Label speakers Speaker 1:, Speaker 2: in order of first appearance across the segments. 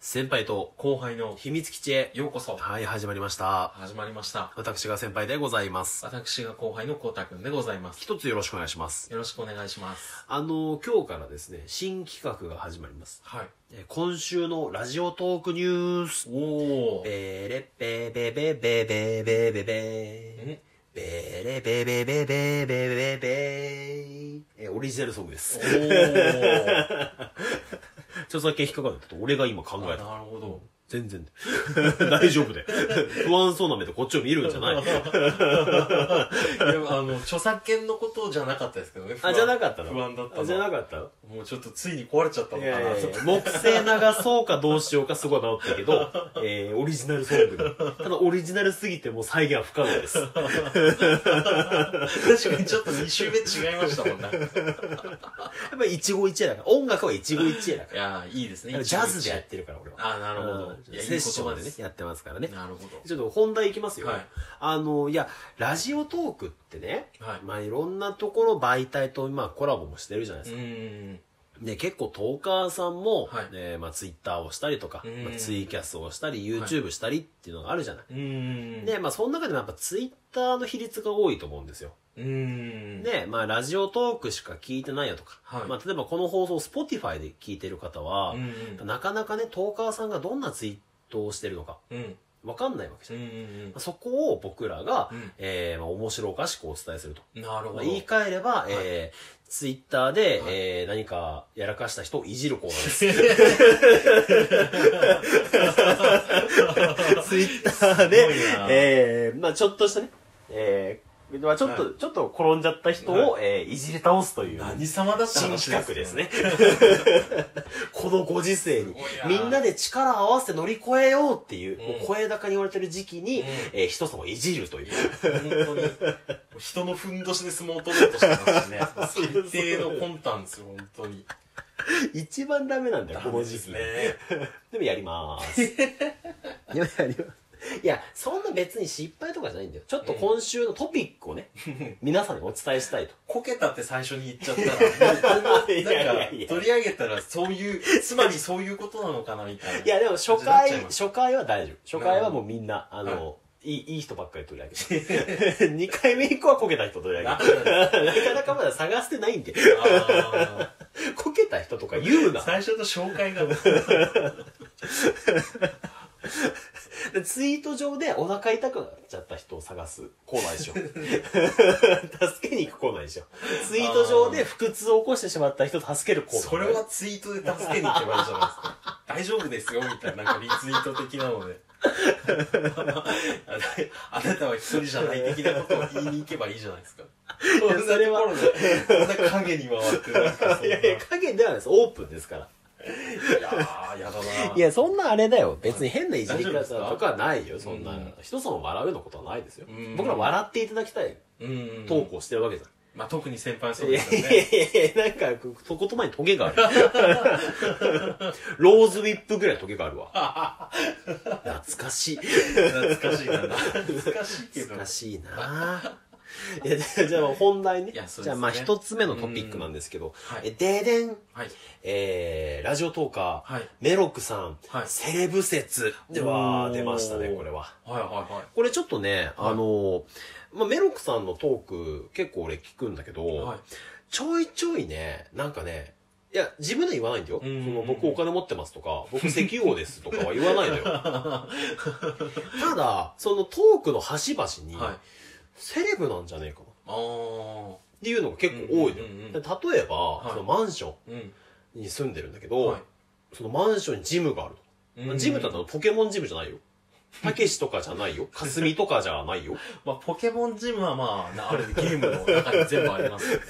Speaker 1: 先輩と
Speaker 2: 後輩の
Speaker 1: 秘密基地へ。
Speaker 2: ようこそ
Speaker 1: はい、始まりました。
Speaker 2: 始まりました
Speaker 1: 私が先輩でございます。
Speaker 2: 私が後輩のこうたくんでございます
Speaker 1: 一つよろしくお願いします。
Speaker 2: よろしくお願いします
Speaker 1: あの、今日からですね、新企画が始まります。
Speaker 2: はい
Speaker 1: えー今週のラジオトークニュース。
Speaker 2: おお
Speaker 1: ベレッベベベベベベベベ
Speaker 2: え
Speaker 1: ベレベベベベベベベえーオリジナルソングです。
Speaker 2: お
Speaker 1: ちょ
Speaker 2: ー
Speaker 1: っとだけ引っかかる。ちょっと俺が今考
Speaker 2: あ
Speaker 1: え
Speaker 2: なる
Speaker 1: た。
Speaker 2: ほど
Speaker 1: 全然。 大丈夫で。 不安そうな目でこっちを見るんじゃない。
Speaker 2: いやあの著作権のことじゃなかったですけどね不安
Speaker 1: あ、じゃなかったの
Speaker 2: 不安だった
Speaker 1: あじゃな
Speaker 2: の
Speaker 1: かったの
Speaker 2: もうちょっとついに壊れちゃったのかなちょっと
Speaker 1: 木星流そうかどうしようかすごい迷ったけ ど、えー、オリジナルソングにただオリジナルすぎてもう再現は不可能 です。
Speaker 2: 確かにちょっと2周目違いましたもんね
Speaker 1: やっぱり一期一会だから、音楽は一期一会だか
Speaker 2: いやいいですね
Speaker 1: ら。ジャズでやってるから、俺は。
Speaker 2: あなるほど
Speaker 1: うん
Speaker 2: いやいい
Speaker 1: セッショ
Speaker 2: 言
Speaker 1: ン
Speaker 2: 葉
Speaker 1: で
Speaker 2: で
Speaker 1: ね
Speaker 2: す、
Speaker 1: やってますからね。
Speaker 2: なるほど
Speaker 1: ちょっと本題いきますよ。
Speaker 2: はい
Speaker 1: あの、いや、ラジオトークってね、
Speaker 2: はい
Speaker 1: まあいろんなところ媒体と、まあコラボもしてるじゃないで
Speaker 2: う
Speaker 1: すか。
Speaker 2: ーん
Speaker 1: で、結構トーカーさんも、
Speaker 2: はい
Speaker 1: えーまあツイッターをしたりとか、
Speaker 2: うん
Speaker 1: まあ、ツイキャスをしたり、YouTube したりっていうのがあるじゃない。
Speaker 2: うーん
Speaker 1: で、まあ、その中でもやっぱツイッターの比率が多いと思うんですよ。
Speaker 2: うーん
Speaker 1: で、まあ、ラジオトークしか聞いてないよとか、
Speaker 2: はい
Speaker 1: まあ、例えばこの放送、Spotify で聞いてる方は
Speaker 2: う、ん
Speaker 1: なかなかね、トーカーさんがどんなツイートをしてるのか、
Speaker 2: うんうん
Speaker 1: わかんないわけじ
Speaker 2: う
Speaker 1: ゃん。
Speaker 2: んうん
Speaker 1: まあそこを僕らが、
Speaker 2: うん
Speaker 1: えーまあ、面白おかしくお伝えすると。
Speaker 2: なるほ
Speaker 1: ま
Speaker 2: ど
Speaker 1: あ、言い換えれば、えー、ツイッターで、
Speaker 2: はい
Speaker 1: えー何かやらかした人をいじるコーナーです。ツイッター
Speaker 2: すごいな
Speaker 1: えーまあちょっとしたね、えーまあちょっと、
Speaker 2: は
Speaker 1: ちょっと転んじゃった人を、えーいじり倒すという。
Speaker 2: 何様だった
Speaker 1: 新
Speaker 2: 話
Speaker 1: 企画ですね。このご時世に
Speaker 2: すごい、な
Speaker 1: みんなで力を合わせて乗り越えようっていう、
Speaker 2: うん
Speaker 1: もう声高に言われてる時期に、
Speaker 2: うん
Speaker 1: えー人様をいじる という。
Speaker 2: 本当に人のふんどしで相撲を取ろうとしてますね最低の魂胆ですよ本当に
Speaker 1: 一番ダメなんだよ、この時期
Speaker 2: です。ね
Speaker 1: でもやりまー す。でもやります。いや、そんな別に失敗とかじゃないんだよ。ちょっと今週のトピックを ね、皆さんにお伝えしたいと。
Speaker 2: こけたって最初に言っちゃったら なんか
Speaker 1: いやいやいや
Speaker 2: 取り上げたらそういうつまりそういうことなのかなみたいない
Speaker 1: や、でも初
Speaker 2: なっ
Speaker 1: 回
Speaker 2: ちゃい、ます
Speaker 1: 初回は大丈夫。初回はもうみんな、あの、いい、いい人ばっかり取り上げて。2回 目以降はこけた人取り上げ
Speaker 2: な
Speaker 1: て
Speaker 2: ん。だ
Speaker 1: なかなかまだ探してないんで。
Speaker 2: あ
Speaker 1: こけた人とか言う
Speaker 2: ー
Speaker 1: な。
Speaker 2: 最初の紹介が
Speaker 1: ツイート上でお腹痛くなっちゃった人を探すコーナーで しょ。助けに行くコーナーでしょ。ツイート上で腹痛を起こしてしまった人を助けるコーナー。
Speaker 2: それはツイートで助けに行けばいいじゃないですか。 大丈夫ですよ、みたいな、なんかリツイート的なので。 あなたは一人じゃない的なことを言いに行けばいいじゃないですか。そんなとこ
Speaker 1: それは
Speaker 2: ろで、そんな影に回ってなんかそん
Speaker 1: い
Speaker 2: な。
Speaker 1: やいや、影ではないです。オープンですから。
Speaker 2: いやー、やだな。
Speaker 1: いや、そんなあれだよ。別に変ないじり方とかはないよ。
Speaker 2: 丈
Speaker 1: そ
Speaker 2: 夫ですか
Speaker 1: んな
Speaker 2: うん。
Speaker 1: 人様を笑うようなことはないですよ
Speaker 2: うん。
Speaker 1: 僕ら笑っていただきたい
Speaker 2: うん。
Speaker 1: トークをしてるわけじゃん。
Speaker 2: まあ、特に先輩はそう
Speaker 1: い
Speaker 2: で
Speaker 1: や
Speaker 2: す
Speaker 1: い
Speaker 2: よね。
Speaker 1: やいや、なんか、と言葉にトゲ がある。ローズウィップぐらいトゲがあるわ。懐かしい。
Speaker 2: 懐かしいな。懐かしいけど
Speaker 1: 懐か。しいなぁ。いやでじゃあ本題ね。
Speaker 2: いやそうですね
Speaker 1: じゃあまあ一つ目のトピックなんですけど、
Speaker 2: うんはい
Speaker 1: えででん、
Speaker 2: はい。
Speaker 1: えー、ラジオトーカー、
Speaker 2: はい
Speaker 1: メロクさん、
Speaker 2: はい
Speaker 1: セレブ説では
Speaker 2: おー
Speaker 1: 出ましたね、これは。
Speaker 2: はいはいはい。
Speaker 1: これちょっとね、あのーまあ、メロクさんのトーク結構俺聞くんだけど、
Speaker 2: はい
Speaker 1: ちょいちょいね、なんかね、いや、自分では言わないんだよ。そ
Speaker 2: うんうんうん
Speaker 1: の僕お金持ってますと か、僕石油王ですとかは言わないのよ。ただ、そのトークの端々に、
Speaker 2: はい。
Speaker 1: セレブなんじゃねえかなっ
Speaker 2: あー。
Speaker 1: ていうのが結構多いのよ。
Speaker 2: うんうんうんうん
Speaker 1: で例えば、そ
Speaker 2: い
Speaker 1: のマンショ
Speaker 2: うん。
Speaker 1: ンに住んでるんだけど、
Speaker 2: はい
Speaker 1: そのマンションにジムがある
Speaker 2: うんうん
Speaker 1: ジムだったらポケモンジムじゃないよ。たけしとかじゃ ないよ。かすみとかじゃないよ。
Speaker 2: まあ、ポケモンジムはまあ、なあれゲームの中に全部ありますよね。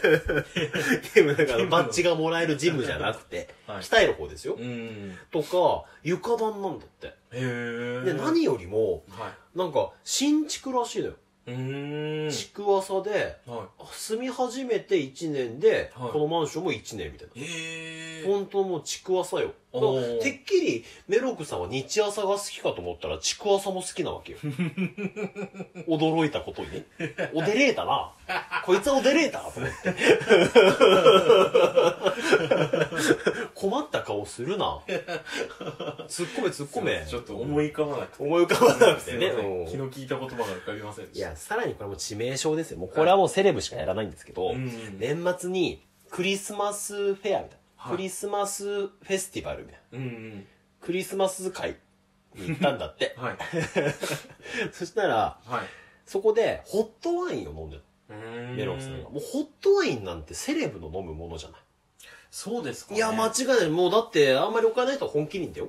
Speaker 1: ゲームだからバッジがもらえるジムじゃなくて、
Speaker 2: はい
Speaker 1: 鍛える方ですよ。
Speaker 2: うん。へ
Speaker 1: とか、床暖なんだって。
Speaker 2: え。
Speaker 1: で、何よりも、
Speaker 2: は
Speaker 1: なんか、新築らしいのよ。
Speaker 2: い。うーん。
Speaker 1: 築浅で、
Speaker 2: は
Speaker 1: 住み始めて1年で、
Speaker 2: はい
Speaker 1: このマンションも1年みたいな。
Speaker 2: い。へえ。
Speaker 1: 本当もう築浅よ。だか
Speaker 2: おー
Speaker 1: らてっきり、メロクさんは日朝が好きかと思ったら、ちく朝も好きなわ けよ。驚いたことにね。おでれーたな。こいつはおでれーたと思って。困った顔する な。突っ込め突っ込め。
Speaker 2: ちょっと思い浮かばなくて。
Speaker 1: 思い浮かばなくてね。
Speaker 2: すいませ
Speaker 1: うん
Speaker 2: ん気の利いた言葉が浮かびませんで
Speaker 1: い
Speaker 2: した。
Speaker 1: や、さらにこれも致命傷ですよ。もうこれはもうセレブしかやらないんですけど、
Speaker 2: うん
Speaker 1: 年末にクリスマスフェアみたいな、
Speaker 2: はい
Speaker 1: クリスマスフェスティバルみたいな、
Speaker 2: うんうん。
Speaker 1: クリスマス会に行ったんだっ て。
Speaker 2: はい。
Speaker 1: そしたら、
Speaker 2: はい。
Speaker 1: そこでホットワインを飲んでた、メ
Speaker 2: メ
Speaker 1: ロンさんが。もうホットワインなんてセレブの飲むものじゃない。
Speaker 2: そうですか、ね、
Speaker 1: いや、間違いない。もうだって、あんまりお金ないと本麒麟だよ。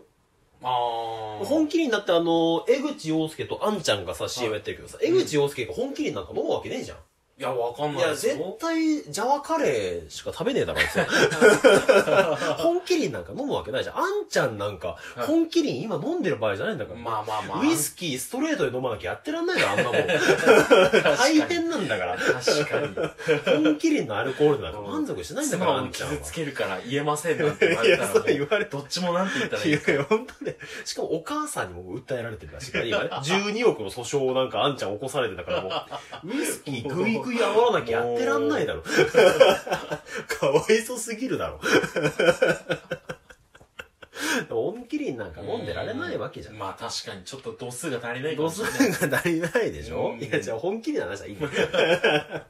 Speaker 2: あー
Speaker 1: 本麒麟だってあの、江口洋介とあんちゃんがさ、CM やってるけどさ、江口洋介が本麒麟なんか飲むわけねえじゃん。
Speaker 2: いや、わかん
Speaker 1: い
Speaker 2: ない
Speaker 1: や、
Speaker 2: です
Speaker 1: 絶
Speaker 2: よ。
Speaker 1: 対、ジャワカレーしか食べねえだろ、あいつ 本麒麟なんか飲むわけないじゃん。あんちゃんなんか、
Speaker 2: はい
Speaker 1: 本麒麟今飲んでる場合じゃないんだから。
Speaker 2: まあまあまあ。
Speaker 1: ウイスキーストレートで飲まなきゃやってらんないから、あ んなもん。大変なんだから。
Speaker 2: 確かに。
Speaker 1: 本麒麟のアルコールなんか満足してないんだから、
Speaker 2: 妻
Speaker 1: あ
Speaker 2: を
Speaker 1: んちゃんは
Speaker 2: 傷。つけるから言えませんなんて言われたらもう。
Speaker 1: いやそう言われ
Speaker 2: どっちもなんて言ったらいい
Speaker 1: いや、本当ね。しかもお母さんにも訴えられてるらしいから、今 ね。12億の訴訟をなんかあんちゃん起こされてたからもう、ウイスキーグイグイ煽らなきゃやってらんないだろ。 かわいそすぎるだろ。でも本気ンなんか飲んでられないわけじゃん。
Speaker 2: まあ確かに、ちょっと度数が足りない
Speaker 1: 度
Speaker 2: かもし
Speaker 1: 数
Speaker 2: れない。
Speaker 1: が足りないでしょ
Speaker 2: うん
Speaker 1: いや、じゃあ本気で話したらいい。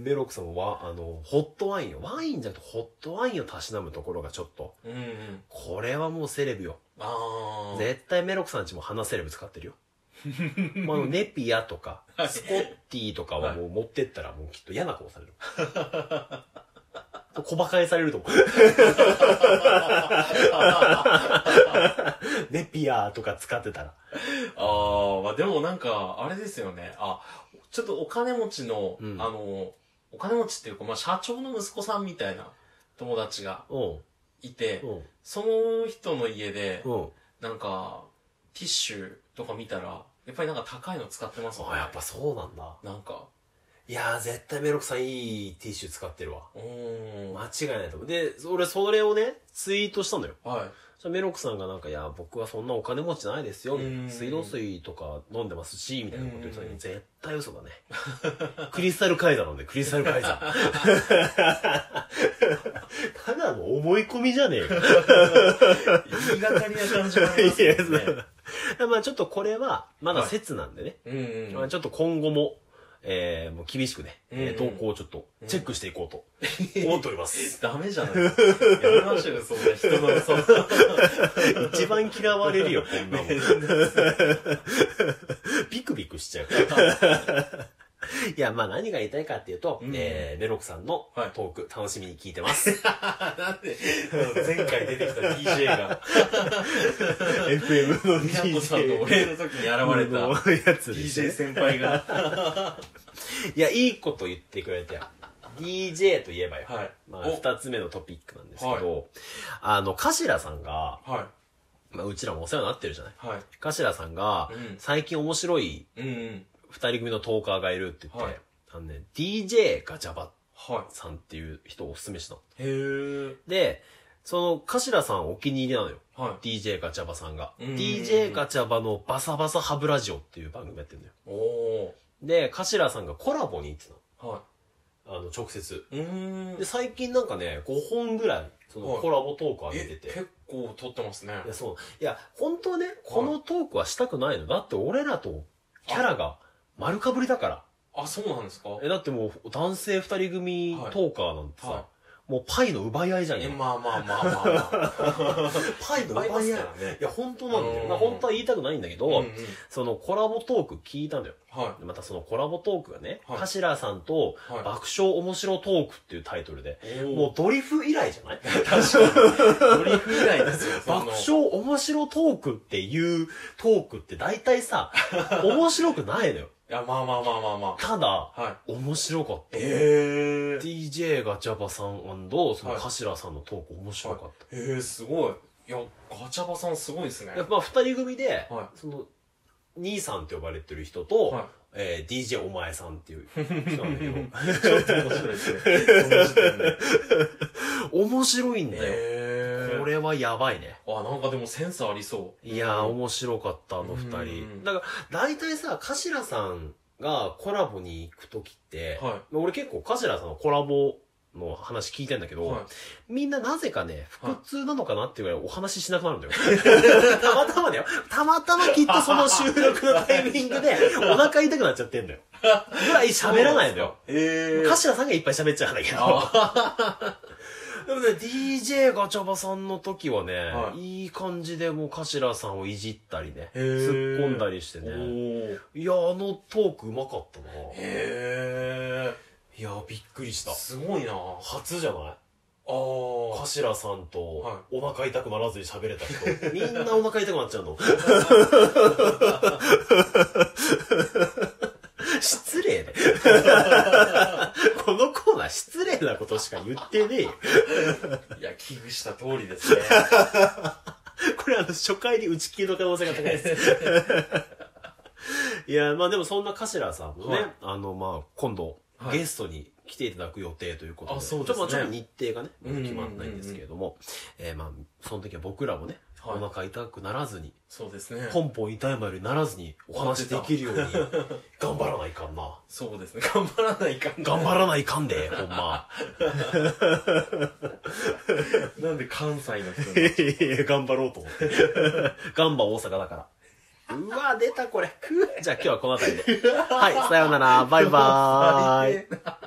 Speaker 1: メロクさんは、あの、ホットワインよ。ワインじゃなくてホットワインをたしなむところがちょっと、
Speaker 2: うんうん。
Speaker 1: これはもうセレブよ。
Speaker 2: ああ。
Speaker 1: 絶対メロクさんちも鼻セレブ使 ってるよ。まあ、あのネピアとか、スコッティとかはもう持ってったらもうきっと嫌な顔さ れる。小馬鹿にされると 思う。ネピアとか使ってたら。
Speaker 2: ああ、まあでもなんか、あれですよね。あ、ちょっとお金持ちの、
Speaker 1: うん
Speaker 2: あの、お金持ちっていうか、まあ社長の息子さんみたいな友達が
Speaker 1: うん。
Speaker 2: いて、
Speaker 1: うん。
Speaker 2: その人の家で、
Speaker 1: うん。
Speaker 2: なんか、ティッシュとか見たら、やっぱりなんか高いの使ってますもん
Speaker 1: あ、
Speaker 2: ね
Speaker 1: やっ。ぱそうなんだ。
Speaker 2: なんか、
Speaker 1: いやー、絶対メロクさんいいティッシュ使ってるわ。
Speaker 2: うーん。
Speaker 1: 間違いないと思う。で、俺それをね、ツイートしたのよ。
Speaker 2: はい。
Speaker 1: そしたらメロクさんがなんか、いや、僕はそんなお金持ちないですよ、みたいな
Speaker 2: うん
Speaker 1: 水道水とか飲んでますし、みたいなこと言ってたけ
Speaker 2: う
Speaker 1: ど、
Speaker 2: ん
Speaker 1: 絶対嘘 だね。クリスタルカイザーなんで、クリスタルカイザー。 ただの思い込みじゃねえか。
Speaker 2: 言いがかりな感じがありま す
Speaker 1: い
Speaker 2: よ
Speaker 1: や
Speaker 2: ね。
Speaker 1: そうまあちょっとこれは、まだ説なんでね。
Speaker 2: うんうん。
Speaker 1: まあちょっと今後も、えー、もう厳しくね、えー
Speaker 2: うん
Speaker 1: 投稿をちょっとチェックしていこうと思っており ます。
Speaker 2: ダメじゃないですか。やめましょうよ、そんな人の嘘。
Speaker 1: 一番嫌われ るよ、こんなもん。ビクビクしちゃう。 いや、まあ何が言いたいかっていうと、
Speaker 2: うん
Speaker 1: えー、メロクさんの
Speaker 2: はい
Speaker 1: トーク、楽しみに聞いて ます。
Speaker 2: なんで、前回出てきた DJ が、
Speaker 1: FM の
Speaker 2: みなこさんのお礼の時に現れた
Speaker 1: たやつでし
Speaker 2: DJ 先輩が、
Speaker 1: いや、いいこと言ってくれて。DJ といえばよ。
Speaker 2: はい。
Speaker 1: まあ、二つ目のトピックなんですけ
Speaker 2: は
Speaker 1: ど、あの、カシラさんが、
Speaker 2: おはい。
Speaker 1: まあ、うちらもお世話になってるじゃない。
Speaker 2: は
Speaker 1: カシラさんが
Speaker 2: うん、
Speaker 1: 最近面白い
Speaker 2: い。うんうん。
Speaker 1: 二人組のトーカーがいるって言っ
Speaker 2: は
Speaker 1: て
Speaker 2: い、
Speaker 1: あのね、DJ ガチャバ
Speaker 2: は
Speaker 1: さんっていう人をおすすめしたの。
Speaker 2: い。へー。
Speaker 1: で、その、カシラさんお気に入りなのよ。
Speaker 2: は
Speaker 1: DJ ガチャバさんが。
Speaker 2: うん
Speaker 1: DJ ガチャバのバサバサハブラジオっていう番組やってるのよ。
Speaker 2: い。お
Speaker 1: で、カシラさんがコラボに行ってた
Speaker 2: ー。は
Speaker 1: の。あの、直接。
Speaker 2: い。うーん
Speaker 1: で、。最近なんかね、5本ぐらい、その
Speaker 2: はい
Speaker 1: コラボトークを上げて
Speaker 2: え、
Speaker 1: て。
Speaker 2: 結構撮ってますね。
Speaker 1: いや、そう。いや、本当はね、このトークはしたくないの。だって俺らとキャラが丸かぶりだから。
Speaker 2: あ、そうなんですか
Speaker 1: え、だってもう男性二人組トーカーなんてさ、
Speaker 2: は
Speaker 1: もうパイの奪い合いじゃん
Speaker 2: い。え、
Speaker 1: よ。
Speaker 2: まあまあまあまあまあ。
Speaker 1: パイの奪い合い。
Speaker 2: らね
Speaker 1: い。や、本当なんだよ。
Speaker 2: うん
Speaker 1: まあ本当は言いたくないんだけど、
Speaker 2: うんうん。
Speaker 1: そのコラボトーク聞いたのよ。
Speaker 2: は
Speaker 1: でまたそのコラボトークがね、
Speaker 2: はい
Speaker 1: 頭さんと
Speaker 2: い。はい。
Speaker 1: 爆笑面白トークっていうタイトルで、も
Speaker 2: も
Speaker 1: うドリフ以来じゃ ない
Speaker 2: うん、ドリフ以来ですよ、そんな
Speaker 1: 爆笑面白トークっていうトークって大体 さ、面白くないのよ。
Speaker 2: いや、まあまあまあまあま
Speaker 1: ただ、
Speaker 2: あ。はい。
Speaker 1: 面白かった。
Speaker 2: ええ
Speaker 1: DJ ガチャバさんその
Speaker 2: はい
Speaker 1: 頭さんのトーク面白かっ
Speaker 2: えー、すごい。いや、ガチャバさんすごいですね。
Speaker 1: た。やっぱ二人組で、
Speaker 2: は
Speaker 1: その、兄さんって呼ばれてる人と、
Speaker 2: は
Speaker 1: えー DJ お前さんって いう人なんだけど、
Speaker 2: い。ちょっと面白いですね。その時点で。
Speaker 1: 面白いんだよ。
Speaker 2: えー、
Speaker 1: これはやばいね。
Speaker 2: あ、なんかでもセンスありそう。
Speaker 1: いやー、面白かった、あの二
Speaker 2: うん
Speaker 1: 人。だから、大体さ、カシラさんがコラボに行くときって、
Speaker 2: は
Speaker 1: 俺結構カシラさんのコラボの話聞いてんだけ
Speaker 2: い。
Speaker 1: ど、
Speaker 2: はい。
Speaker 1: みんななぜかね、
Speaker 2: はい
Speaker 1: 腹痛なのかなっていうぐらいお話ししなくなるん だよ。たまたまだよ。たまたまきっとその収録のタイミング でお腹痛くなっちゃってんだよ。ぐらい喋らないんだよ。
Speaker 2: そうなんですか。ええー。
Speaker 1: カシラさんがいっぱい喋っちゃうんだけど。
Speaker 2: あ
Speaker 1: でもね、DJ ガチャバさんの時はね、、
Speaker 2: はい
Speaker 1: い感じでもう頭さんをいじったりね、
Speaker 2: へー
Speaker 1: 突っ込んだりして
Speaker 2: お
Speaker 1: ね。
Speaker 2: ー。
Speaker 1: いや、あのトークうまかったな。
Speaker 2: へ
Speaker 1: いや、びっくりし
Speaker 2: え。
Speaker 1: た。
Speaker 2: すごいなあ
Speaker 1: 初じゃない
Speaker 2: あー。
Speaker 1: 頭さんと
Speaker 2: は
Speaker 1: お腹痛くならずに喋れた 人。みんなお腹痛くなっちゃうの。失礼ね。 このコーナー失礼なことしか言ってねえよ。
Speaker 2: いや、危惧した通 りですね。
Speaker 1: これあの、初回に打ち切りの可能性が高いです。いや、まあでもそんな頭さんもね、
Speaker 2: はい
Speaker 1: あの、まあ今度、
Speaker 2: はい
Speaker 1: ゲストに来ていただく予定ということで、
Speaker 2: あそうですね
Speaker 1: ちょっとまあちょっと日程がね、
Speaker 2: うんうんうんうん
Speaker 1: 決まんないんですけれども、えーまあ、その時は僕らもね、
Speaker 2: はい
Speaker 1: お腹痛くならずに、
Speaker 2: そうですね。
Speaker 1: ポンポン痛いまでにならずにお話できるように、頑張らないかんな。
Speaker 2: そうですね。頑張らないかん。
Speaker 1: 頑張らないかん で、ほんま。
Speaker 2: なんで関西の人
Speaker 1: い
Speaker 2: に
Speaker 1: やいや頑張ろうと思 って。ガンバ大阪だから。うわ、 出たこれ。くうじゃあ今日はこの辺りで。はい、さようなら。バイバーイ。
Speaker 2: 最低